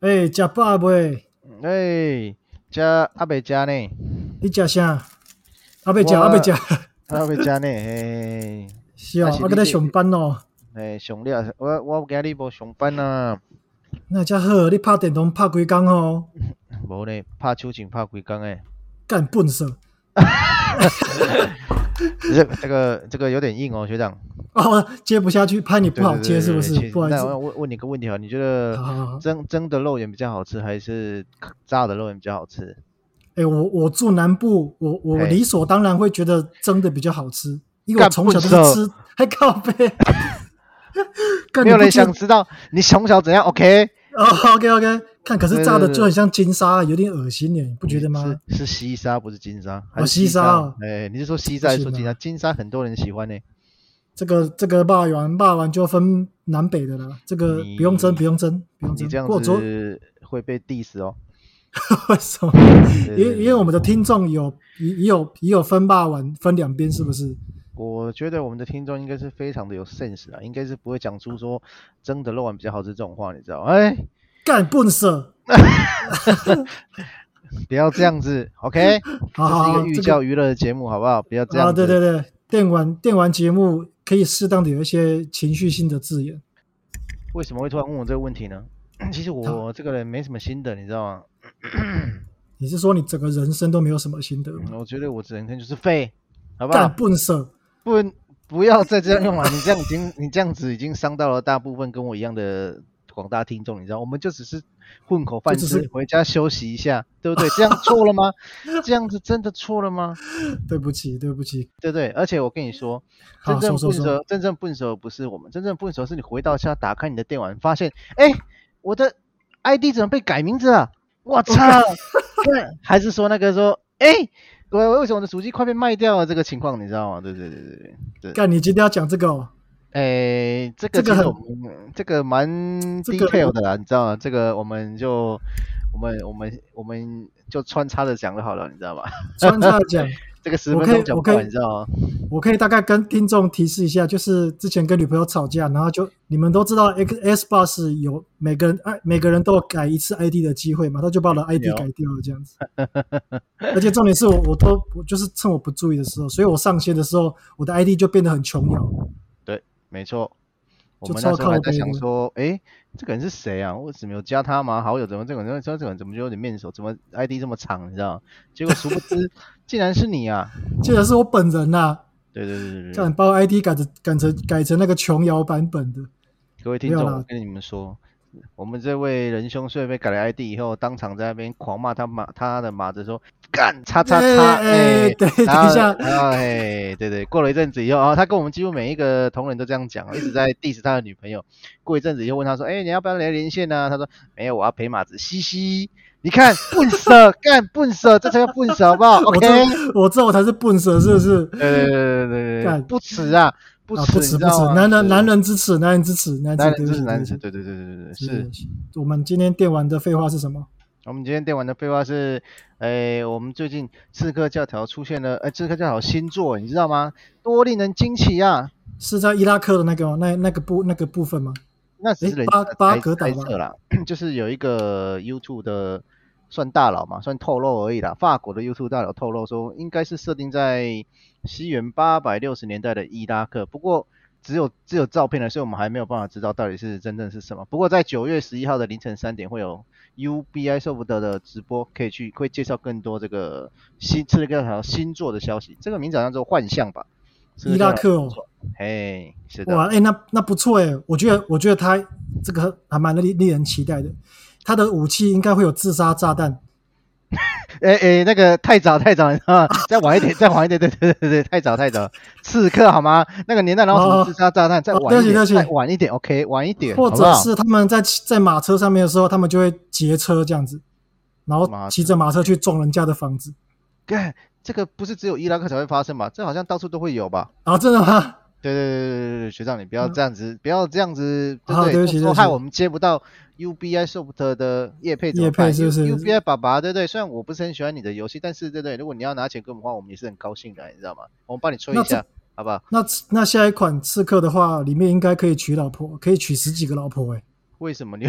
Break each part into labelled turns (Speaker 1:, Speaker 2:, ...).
Speaker 1: 诶、食饱未？
Speaker 2: 哎，食阿袂食呢，
Speaker 1: 你食啥？阿伯食，
Speaker 2: 我
Speaker 1: 阿伯食，
Speaker 2: 阿袂食呢，嘿，
Speaker 1: 是哦
Speaker 2: 啊，是
Speaker 1: 阿
Speaker 2: 你
Speaker 1: 搁咧
Speaker 2: 去
Speaker 1: 上班哦。
Speaker 2: 哎，上了，我我今日无上班啊，
Speaker 1: 那才好，你拍电动拍几工哦？
Speaker 2: 无呢，拍手枪拍几工诶，
Speaker 1: 干笨手！
Speaker 2: 这这个这个有点硬哦，学长，
Speaker 1: 哦，接不下去，拍你不
Speaker 2: 对
Speaker 1: 好
Speaker 2: 对
Speaker 1: 接
Speaker 2: 对
Speaker 1: 是不
Speaker 2: 对
Speaker 1: 是
Speaker 2: 对，？其
Speaker 1: 不好意
Speaker 2: 那
Speaker 1: 思，
Speaker 2: 我问问你个问题啊，你觉
Speaker 1: 好
Speaker 2: 得
Speaker 1: 好好。
Speaker 2: 蒸蒸的肉圆比较好吃，还是炸的肉圆比较好吃？
Speaker 1: 哎、我我住南部，我我
Speaker 2: 嘿
Speaker 1: 理所当然会觉得蒸的比较好吃，因为我
Speaker 2: 干
Speaker 1: 从小都
Speaker 2: 笨手
Speaker 1: 是吃， 还靠背。干
Speaker 2: 没有人
Speaker 1: 你不觉
Speaker 2: 想
Speaker 1: 得
Speaker 2: 知道你从小怎样，OK？
Speaker 1: 哦，OK OK，看，可是
Speaker 2: 对
Speaker 1: 炸
Speaker 2: 对
Speaker 1: 的
Speaker 2: 对
Speaker 1: 就很像金沙，有点恶心耶，你不觉得吗？
Speaker 2: 是是西沙，不是金沙，还
Speaker 1: 哦
Speaker 2: 是
Speaker 1: 西沙哦
Speaker 2: 哎，你是说西沙还是说
Speaker 1: 不行啊
Speaker 2: 金沙？金沙很多人喜欢呢。
Speaker 1: 这个这个霸王霸王就分南北的了，这个
Speaker 2: 你
Speaker 1: 不用争，不用争，不用
Speaker 2: 你
Speaker 1: 争。
Speaker 2: 这样
Speaker 1: 不过我 昨为
Speaker 2: 子会被 diss 哦。
Speaker 1: 什么？
Speaker 2: 对
Speaker 1: 因
Speaker 2: 对
Speaker 1: 为因为我们的听众有也也有也有分霸王分两边，是不是？
Speaker 2: 我觉得我们的听众应该是非常的有 sense 啊，应该是不会讲出说蒸的肉丸比较好吃这种话，你知道？哎，
Speaker 1: 干笨蛇，
Speaker 2: 不要这样子 ，OK？这
Speaker 1: 好好
Speaker 2: 是
Speaker 1: 好，
Speaker 2: 一个寓
Speaker 1: 这
Speaker 2: 教于乐的节目，好不好？不要这
Speaker 1: 个啊，
Speaker 2: 样子。
Speaker 1: 对对对，电玩电玩节目可以适当的有一些情绪性的字眼。
Speaker 2: 为什么会突然问我这个问题呢？ 其实我这个人没什么心得，你知道吗？
Speaker 1: 你是说你整个人生都没有什么心得吗？
Speaker 2: 我觉得我只能跟就是废，好不好
Speaker 1: 干？笨蛇，
Speaker 2: 不能，不要再这样用了，你这样已经， 你这样子已经伤到了大部分跟我一样的广大听众，你知道，我们就只是混口饭
Speaker 1: 就只
Speaker 2: 吃，
Speaker 1: 是
Speaker 2: 回家休息一下，对不对？这样错了吗？ 这样子真的错了吗？
Speaker 1: 对不起，对不起。
Speaker 2: 对不对？而且我跟你说，真
Speaker 1: 好，
Speaker 2: 正
Speaker 1: 说
Speaker 2: 笨
Speaker 1: 说说，
Speaker 2: 手，真正笨手不是我们，真正笨手是你回到家打开你的电玩，发现，哎，我的 ID 怎么被改名字了？我操！ 对还是说那个说，哎，我我为什么我的主机快被卖掉了？这个情况你知道吗？对对对对对。
Speaker 1: 干你今天要讲这个、哦。
Speaker 2: 诶，这
Speaker 1: 这
Speaker 2: 个
Speaker 1: 个
Speaker 2: 其
Speaker 1: 很
Speaker 2: 实我们这个蛮
Speaker 1: 这个
Speaker 2: detail 的啦，你知道吗？这个我们就我们我们我们就穿插着讲就好了，你知道吗？
Speaker 1: 穿插讲，
Speaker 2: 这个十
Speaker 1: 我
Speaker 2: 分
Speaker 1: 可以
Speaker 2: 钟讲
Speaker 1: 我
Speaker 2: 不
Speaker 1: 可以
Speaker 2: 完，你知道吗？
Speaker 1: 我可以大概跟听众提示一下，就是之前跟女朋友吵架，然后就你们都知道 X Xbox 有每个人哎每个人都有改一次 ID 的机会嘛，他就把我的 ID
Speaker 2: 有
Speaker 1: 改掉了这样子。而且重点是我我都我就是趁我不注意的时候，所以我上线的时候，我的 ID 就变得很琼瑶。
Speaker 2: 没错，我
Speaker 1: 就
Speaker 2: 们那
Speaker 1: 超
Speaker 2: 时候还
Speaker 1: 靠
Speaker 2: 在
Speaker 1: 北
Speaker 2: 想
Speaker 1: 的
Speaker 2: 说，诶，这个人是谁啊？我怎么有加他吗？好友怎么这个人这个人怎么就有点面熟？怎么 ID 这么长？你知道吗？结果殊 不知竟然是你啊！
Speaker 1: 竟然是我本人呐、啊，
Speaker 2: 对对对对对，
Speaker 1: 干把我 ID 改成改成改成那个琼瑶版本的。
Speaker 2: 各位听
Speaker 1: 没有
Speaker 2: 众，
Speaker 1: 啦
Speaker 2: 我跟你们说，我们这位仁兄虽然被改了 ID 以后，当场在那边狂骂他骂他的马子说干叉叉叉，
Speaker 1: 哎
Speaker 2: 哎、
Speaker 1: 哎等等
Speaker 2: 然后
Speaker 1: 一下
Speaker 2: 然后哎，对对，过了一阵子以后啊，他跟我们几乎每一个同仁都这样讲，一直在 diss 他的女朋友。过一阵子以后问他说，哎，你要不要来连线呢、啊？他说没有，我要陪马子嘻嘻。你看笨蛇，干笨蛇，这才叫笨蛇好不好
Speaker 1: 我
Speaker 2: ？OK，
Speaker 1: 这我这我才是笨蛇是不是？
Speaker 2: 对对对对对对对，
Speaker 1: 干
Speaker 2: 不耻啊，不
Speaker 1: 啊，
Speaker 2: 耻，
Speaker 1: 不
Speaker 2: 你
Speaker 1: 耻
Speaker 2: 知
Speaker 1: 不
Speaker 2: 道
Speaker 1: 耻，
Speaker 2: 吗
Speaker 1: 男人
Speaker 2: 是
Speaker 1: 男人之耻，男人之耻，男
Speaker 2: 男
Speaker 1: 人之
Speaker 2: 人
Speaker 1: 耻，
Speaker 2: 之男子，
Speaker 1: 对不起
Speaker 2: 对对对对对对，
Speaker 1: 对
Speaker 2: 是
Speaker 1: 不。起。我们今天电玩的废话是什么？
Speaker 2: 我们今天电玩的废话是，诶，我们最近《刺客教条》出现了，呃，《刺客教条》新作，你知道吗？多令人惊奇啊！
Speaker 1: 是在伊拉克的那个吗那那个部那个部分吗？
Speaker 2: 那只
Speaker 1: 诶
Speaker 2: 是人
Speaker 1: 巴
Speaker 2: 家的
Speaker 1: 巴
Speaker 2: 猜
Speaker 1: 格达
Speaker 2: 猜
Speaker 1: 吧
Speaker 2: 测啦， 就是有一个 YouTube 的算大佬嘛，算透露而已啦。法国的 YouTube 大佬透露说，应该是设定在西元八百六十年代的伊拉克，不过只有只有照片了，所以我们还没有办法知道到底是真正是什么。不过在九月十一号的凌晨三点会有 UBI 受不得的直播，可以去会介绍更多这个新刺客条星座的消息。这个名字好像叫做幻象吧？刺客
Speaker 1: 伊拉
Speaker 2: 教条
Speaker 1: 克
Speaker 2: 星
Speaker 1: 哦，
Speaker 2: 座，嘿，是的，
Speaker 1: 哇，哎、那那不错哎、我觉得我觉得他这个还蛮令令人期待的。他的武器应该会有自杀炸弹，
Speaker 2: 哎哎，那个太早太早，你知 道吗？再晚一点，再晚一点，对对对对，太早太早，刺客好吗？那个年代然后什么
Speaker 1: 哦
Speaker 2: 自杀炸弹，再
Speaker 1: 哦
Speaker 2: 晚一
Speaker 1: 对
Speaker 2: 点，
Speaker 1: 不起对
Speaker 2: 再
Speaker 1: 不起
Speaker 2: 晚一点，OK，晚一点，
Speaker 1: 或
Speaker 2: 好不
Speaker 1: 者
Speaker 2: 好？
Speaker 1: 是他们在骑在马车上面的时候，他们就会劫车这样子，然后
Speaker 2: 马车
Speaker 1: 骑着马车去撞人家的房子。
Speaker 2: 干，这个不是只有伊拉克才会发生吧？这好像到处都会有吧？
Speaker 1: 啊，真的吗？
Speaker 2: 对对对对对对，学长，你不要
Speaker 1: 嗯
Speaker 2: 这样子，不要这样子，对
Speaker 1: 啊对
Speaker 2: 对？
Speaker 1: 不
Speaker 2: 到
Speaker 1: 起
Speaker 2: 时
Speaker 1: 对
Speaker 2: 候
Speaker 1: 不
Speaker 2: 害
Speaker 1: 起
Speaker 2: 我们接不到 UBI Soft 的业配怎么
Speaker 1: 业配
Speaker 2: 办
Speaker 1: 是不是
Speaker 2: u b i 爸爸，对对，虽然我不是很喜欢你的游戏，但是对对，如果你要拿钱给我们花，我们也是很高兴的，你知道吗？我们帮你吹
Speaker 1: 那
Speaker 2: 一
Speaker 1: 这
Speaker 2: 下，好不好？
Speaker 1: 那那下一款刺客的话，里面应该可以娶老婆，可以娶十几个老婆哎、
Speaker 2: 为什么你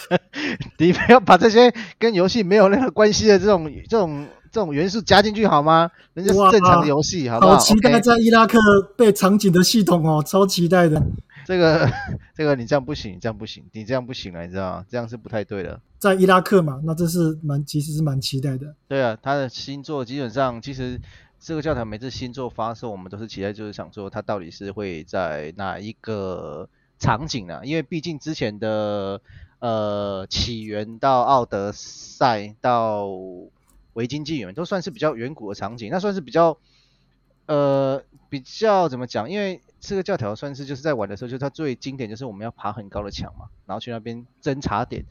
Speaker 2: 你不要把这些跟游戏没有任何关系的这种这种这种元素加进去好吗？人家是
Speaker 1: 哇
Speaker 2: 正常的游戏，好不
Speaker 1: 好
Speaker 2: 好
Speaker 1: 期待
Speaker 2: OK
Speaker 1: 在伊拉克被场景的系统哦，超期待的。
Speaker 2: 这个这个你这样不行，你这样不行，你这样不行了，啊你知道吗？这样是不太对的。
Speaker 1: 在伊拉克嘛，那这是蛮其实是蛮期待的。
Speaker 2: 对啊，他的星座基本上其实这个教堂每次星座发售，我们都是期待，就是想说它到底是会在哪一个场景啊？因为毕竟之前的呃起源到奥德赛到维京纪元都算是比较远古的场景，那算是比较呃比较怎么讲？因为这个教条算是就是在玩的时候，就是它最经典就是我们要爬很高的墙嘛，然后去那边侦查点。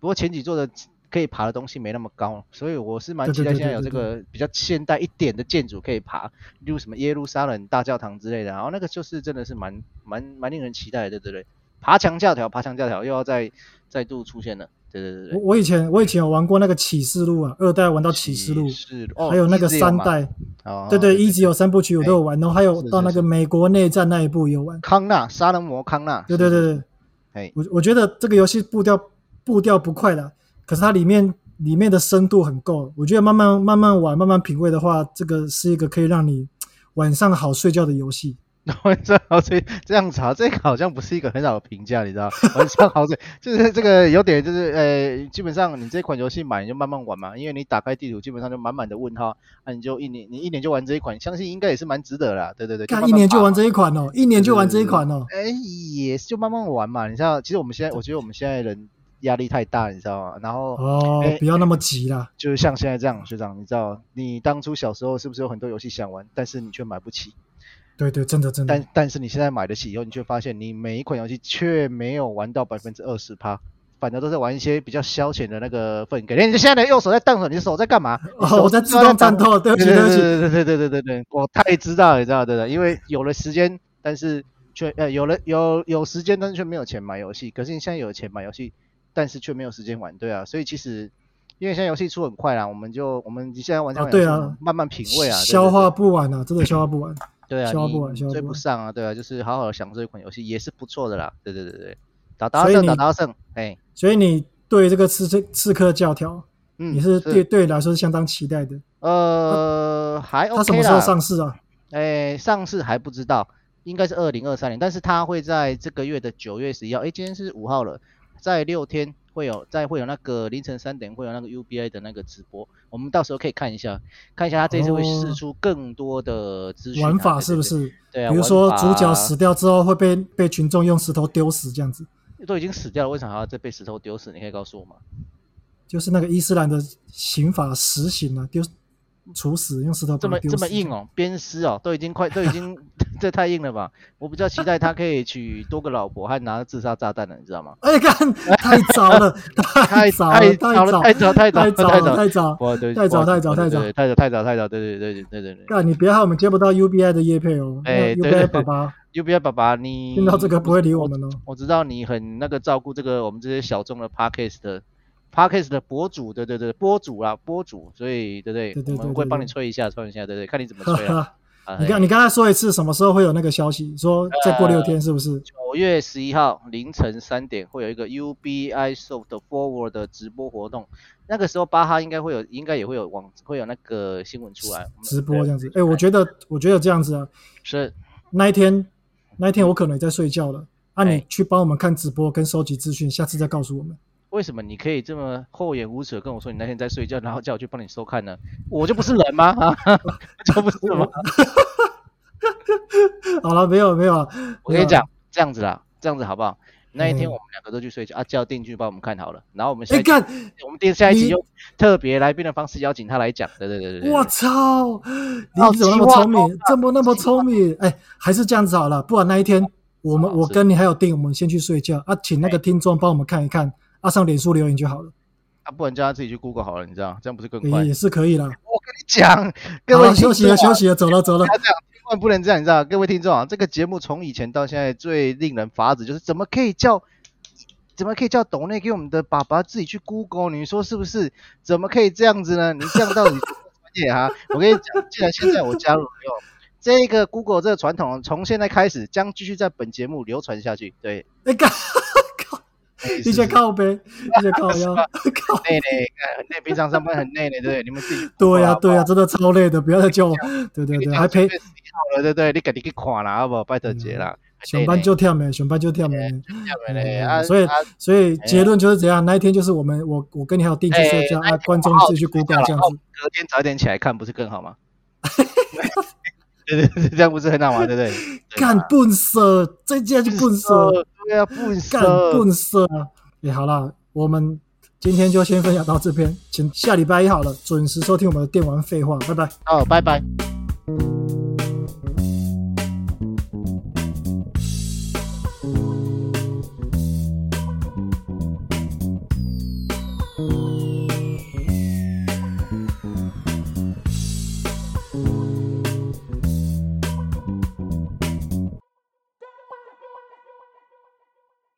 Speaker 2: 不过前几座的可以爬的东西没那么高，所以我是蛮
Speaker 1: 对
Speaker 2: 期
Speaker 1: 对
Speaker 2: 待
Speaker 1: 对
Speaker 2: 现在
Speaker 1: 对
Speaker 2: 有
Speaker 1: 对
Speaker 2: 这个比较现代一点的建筑可以爬，例如什么耶路撒冷大教堂之类的。然后那个就是真的是蛮蛮蛮令人期待的，对不对？爬墙教条，爬墙教条又要再再度出现了，对对
Speaker 1: 我
Speaker 2: 对对。
Speaker 1: 我以前我以前有玩过那个启示录啊，二代玩到启示录，
Speaker 2: 是哦，
Speaker 1: 还有那个
Speaker 2: 一直
Speaker 1: 三
Speaker 2: 嘛，
Speaker 1: 代，
Speaker 2: 哦，哎
Speaker 1: 对对，一直有三部曲我都有玩，然后还有
Speaker 2: 是
Speaker 1: 到那
Speaker 2: 是
Speaker 1: 个美国内战那一部有玩。
Speaker 2: 康纳杀人魔康纳，
Speaker 1: 对对对对，
Speaker 2: 哎，
Speaker 1: 我我觉得这个游戏步调步调不快的，可是它里面里面的深度很够。我觉得慢慢慢慢玩、慢慢品味的话，这个是一个可以让你晚上好睡觉的游戏。
Speaker 2: 晚上好睡这样子啊，这个好像不是一个很好的评价，你知道？晚上好睡就是这个有点就是呃，基本上你这款游戏买你就慢慢玩嘛，因为你打开地图基本上就满满的问号，那、你就一年你一年就玩这一款，相信应该也是蛮值得啦。对对对，
Speaker 1: 看
Speaker 2: 慢
Speaker 1: 一
Speaker 2: 慢
Speaker 1: 年就
Speaker 2: 爬
Speaker 1: 玩
Speaker 2: 嘛
Speaker 1: 这一款哦，一年就玩这一款哦。
Speaker 2: 哎，也是就慢慢玩嘛。你知道，其实我们现在我觉得我们现在人压力太大，你知道吗？然后
Speaker 1: 哦
Speaker 2: 哎，
Speaker 1: 不要那么急啦。
Speaker 2: 就是像现在这样，学长，你知道你当初小时候是不是有很多游戏想玩，但是你却买不起？
Speaker 1: 对对，真的真的
Speaker 2: 但但是你现在买得起以后，你却发现你每一款游戏却没有玩到百分之二十趴，反而都在玩一些比较消遣的那个份给。连你现在的右手在动手，你手在干嘛？你手
Speaker 1: 哦，我在自
Speaker 2: 都
Speaker 1: 动
Speaker 2: 打
Speaker 1: 战斗，对不起对不起，
Speaker 2: 对对对对对对对，我太知道了，你知道对的，因为有了时间，但是却呃有了有有时间，但是却没有钱买游戏。可是你现在有钱买游戏，但是却没有时间玩，对啊，所以其实因为现在游戏出很快啦，我们就我们现在玩这
Speaker 1: 哦
Speaker 2: 款游戏
Speaker 1: 对啊
Speaker 2: 慢慢品味啊，对对
Speaker 1: 消
Speaker 2: 对
Speaker 1: 化不完啊，真的消化不完。
Speaker 2: 对啊，
Speaker 1: 消化
Speaker 2: 你
Speaker 1: 不完
Speaker 2: 你
Speaker 1: 消化
Speaker 2: 追
Speaker 1: 不
Speaker 2: 不
Speaker 1: 完
Speaker 2: 上啊，对啊，就是好好的享受一款游戏也是不错的啦。对对对对，打打到
Speaker 1: 所以
Speaker 2: 胜，打
Speaker 1: 你
Speaker 2: 打到胜，哎，
Speaker 1: 所以你对这个刺刺刺客教条，
Speaker 2: 嗯，
Speaker 1: 你是对对你来说是相当期待的。
Speaker 2: 呃还
Speaker 1: 它什
Speaker 2: OK
Speaker 1: 么时候
Speaker 2: 啦，
Speaker 1: 上市啊？
Speaker 2: 哎，上市还不知道，应该是二零二三年，但是它会在这个月的九月十一号，哎，今天是五号了，在六天会有在会有那个凌晨三点会有那个 UBI 的那个直播，我们到时候可以看一下，看一下它这次会
Speaker 1: 哦
Speaker 2: 试出更多的资讯啊
Speaker 1: 玩法
Speaker 2: 对
Speaker 1: 是不
Speaker 2: 对
Speaker 1: 是？
Speaker 2: 对啊，
Speaker 1: 比如
Speaker 2: 玩
Speaker 1: 说
Speaker 2: 法
Speaker 1: 主角
Speaker 2: 啊
Speaker 1: 死掉之后会被被群众用石头丢死这样子，
Speaker 2: 都已经死掉了，为啥还要再被石头丢死？你可以告诉我吗？
Speaker 1: 就是那个伊斯兰的刑法实行啊，丢处死用石头
Speaker 2: 这
Speaker 1: 把它
Speaker 2: 么
Speaker 1: 丢
Speaker 2: 这
Speaker 1: 死
Speaker 2: 么硬哦，鞭尸哦，都已经快都已经 这太硬了吧？我比较期待他可以娶多个老婆，还拿自杀炸弹了，你知道吗？
Speaker 1: 哎，看太早了，太早了，
Speaker 2: 太
Speaker 1: 早
Speaker 2: 了，
Speaker 1: 了，
Speaker 2: 太早太早
Speaker 1: 太
Speaker 2: 早
Speaker 1: 了，太早。
Speaker 2: 我对
Speaker 1: 太早
Speaker 2: 我
Speaker 1: 太早
Speaker 2: 对
Speaker 1: 太
Speaker 2: 对
Speaker 1: 早
Speaker 2: 对太早太早太早，对对对对对对对。
Speaker 1: 干，你别害我们接不到 UBI 的业配哦。
Speaker 2: 哎
Speaker 1: 那
Speaker 2: 对对
Speaker 1: UBI 爸爸
Speaker 2: U B I 爸爸，你
Speaker 1: 听到这个不会理我们哦。
Speaker 2: 我知道你很那个照顾这个我们这些小众的 podcast 的 podcast 的博主，对对对，博主啊博主，所以对对
Speaker 1: 对对
Speaker 2: 我们
Speaker 1: 对
Speaker 2: 会
Speaker 1: 对
Speaker 2: 帮
Speaker 1: 对
Speaker 2: 你吹一下，吹一下，对对，看你怎么
Speaker 1: 哈
Speaker 2: 吹啊。
Speaker 1: 哈，
Speaker 2: 啊
Speaker 1: 你
Speaker 2: 嘿
Speaker 1: 刚你刚才说一次什么时候会有那个消息？说再过六天是不是？
Speaker 2: 九月十一号凌晨三点会有一个 UBI Soft Forward 的直播活动，那个时候巴哈应该会有，应该也会有网会有那个新闻出来。我们
Speaker 1: 直播这样子？哎，我觉得我觉得这样子啊，
Speaker 2: 是
Speaker 1: 那一天那一天我可能也在睡觉了。啊，
Speaker 2: 哎
Speaker 1: 你去帮我们看直播跟收集资讯，下次再告诉我们。
Speaker 2: 为什么你可以这么厚颜无耻的跟我说你那天在睡觉，然后叫我去帮你收看呢？我就不是人吗？ 啊，就不是吗？
Speaker 1: 好了，没有没有啊，
Speaker 2: 我跟你
Speaker 1: 没有啊
Speaker 2: 讲，这样子啦，这样子好不好？那一天
Speaker 1: 嗯
Speaker 2: 我们两个都去睡觉啊，叫定去帮我们看好了，然后我们下
Speaker 1: 哎
Speaker 2: 一集，
Speaker 1: 干，
Speaker 2: 我们第下一集
Speaker 1: 你
Speaker 2: 用特别来宾的方式邀请他来讲，对对对对对。
Speaker 1: 我
Speaker 2: 对
Speaker 1: 操！
Speaker 2: 好
Speaker 1: 你怎么那
Speaker 2: 计
Speaker 1: 么
Speaker 2: 划
Speaker 1: 聪
Speaker 2: 好
Speaker 1: 明？ 这么那么聪明？哎，还是这样子好了，不然那一天我们
Speaker 2: 好
Speaker 1: 我
Speaker 2: 是哎
Speaker 1: 跟你还有定，我们先去睡觉啊，请那个听众帮我们看一看，啊，上脸书留言就好了，
Speaker 2: 啊，不然叫他自己去 Google 好了，你知道，这样不是更快
Speaker 1: 也？也是可以啦。
Speaker 2: 我跟你讲，各
Speaker 1: 好
Speaker 2: 位啊
Speaker 1: 了，休息了，休
Speaker 2: 息。
Speaker 1: 息了，走了走 了
Speaker 2: 不。要这样，千万不能这样，你知道？各位听众啊，这个节目从以前到现在最令人发指就是怎么可以叫，怎么可以叫董内给我们的爸爸自己去 Google？你说是不是？怎么可以这样子呢？你这样到底是不专业哈、 我跟你讲，既然现在我加入了以后，这个 Google 这个传统从现在开始将继续在本节目流传下去。对，
Speaker 1: 哎干，一些靠背，一些靠
Speaker 2: 啊
Speaker 1: 腰， 靠。啊
Speaker 2: 累嘞，看很累，平常上班很累嘞，对不对？你们自己
Speaker 1: 对呀、
Speaker 2: 好不好啊
Speaker 1: 对呀、真的超累的，不要再叫我。对对
Speaker 2: 你
Speaker 1: 对，
Speaker 2: 讲
Speaker 1: 还陪
Speaker 2: 随便死好了，对不对？你赶紧去看啦，好不好？拜托姐啦，
Speaker 1: 选班就跳没，选班就跳没。
Speaker 2: 哎很累嘞
Speaker 1: 嗯
Speaker 2: 啊，
Speaker 1: 所以
Speaker 2: 啊
Speaker 1: 所以结论就是怎样？那一天就是我们我我跟你还有定期睡觉
Speaker 2: 哎
Speaker 1: 啊，观众自己去 Google 这样子。
Speaker 2: 隔天早点起来看，不是更好吗？ 对对对，这样不是很好吗？对不对？对
Speaker 1: 干
Speaker 2: 吧
Speaker 1: 笨色，这竟然就笨色，，
Speaker 2: 对啊，不
Speaker 1: 干
Speaker 2: 色，
Speaker 1: 笨色。也好啦，我们今天就先分享到这边，请下礼拜一好了，准时收听我们的电玩废话，拜拜。
Speaker 2: 好，拜拜。
Speaker 1: Thank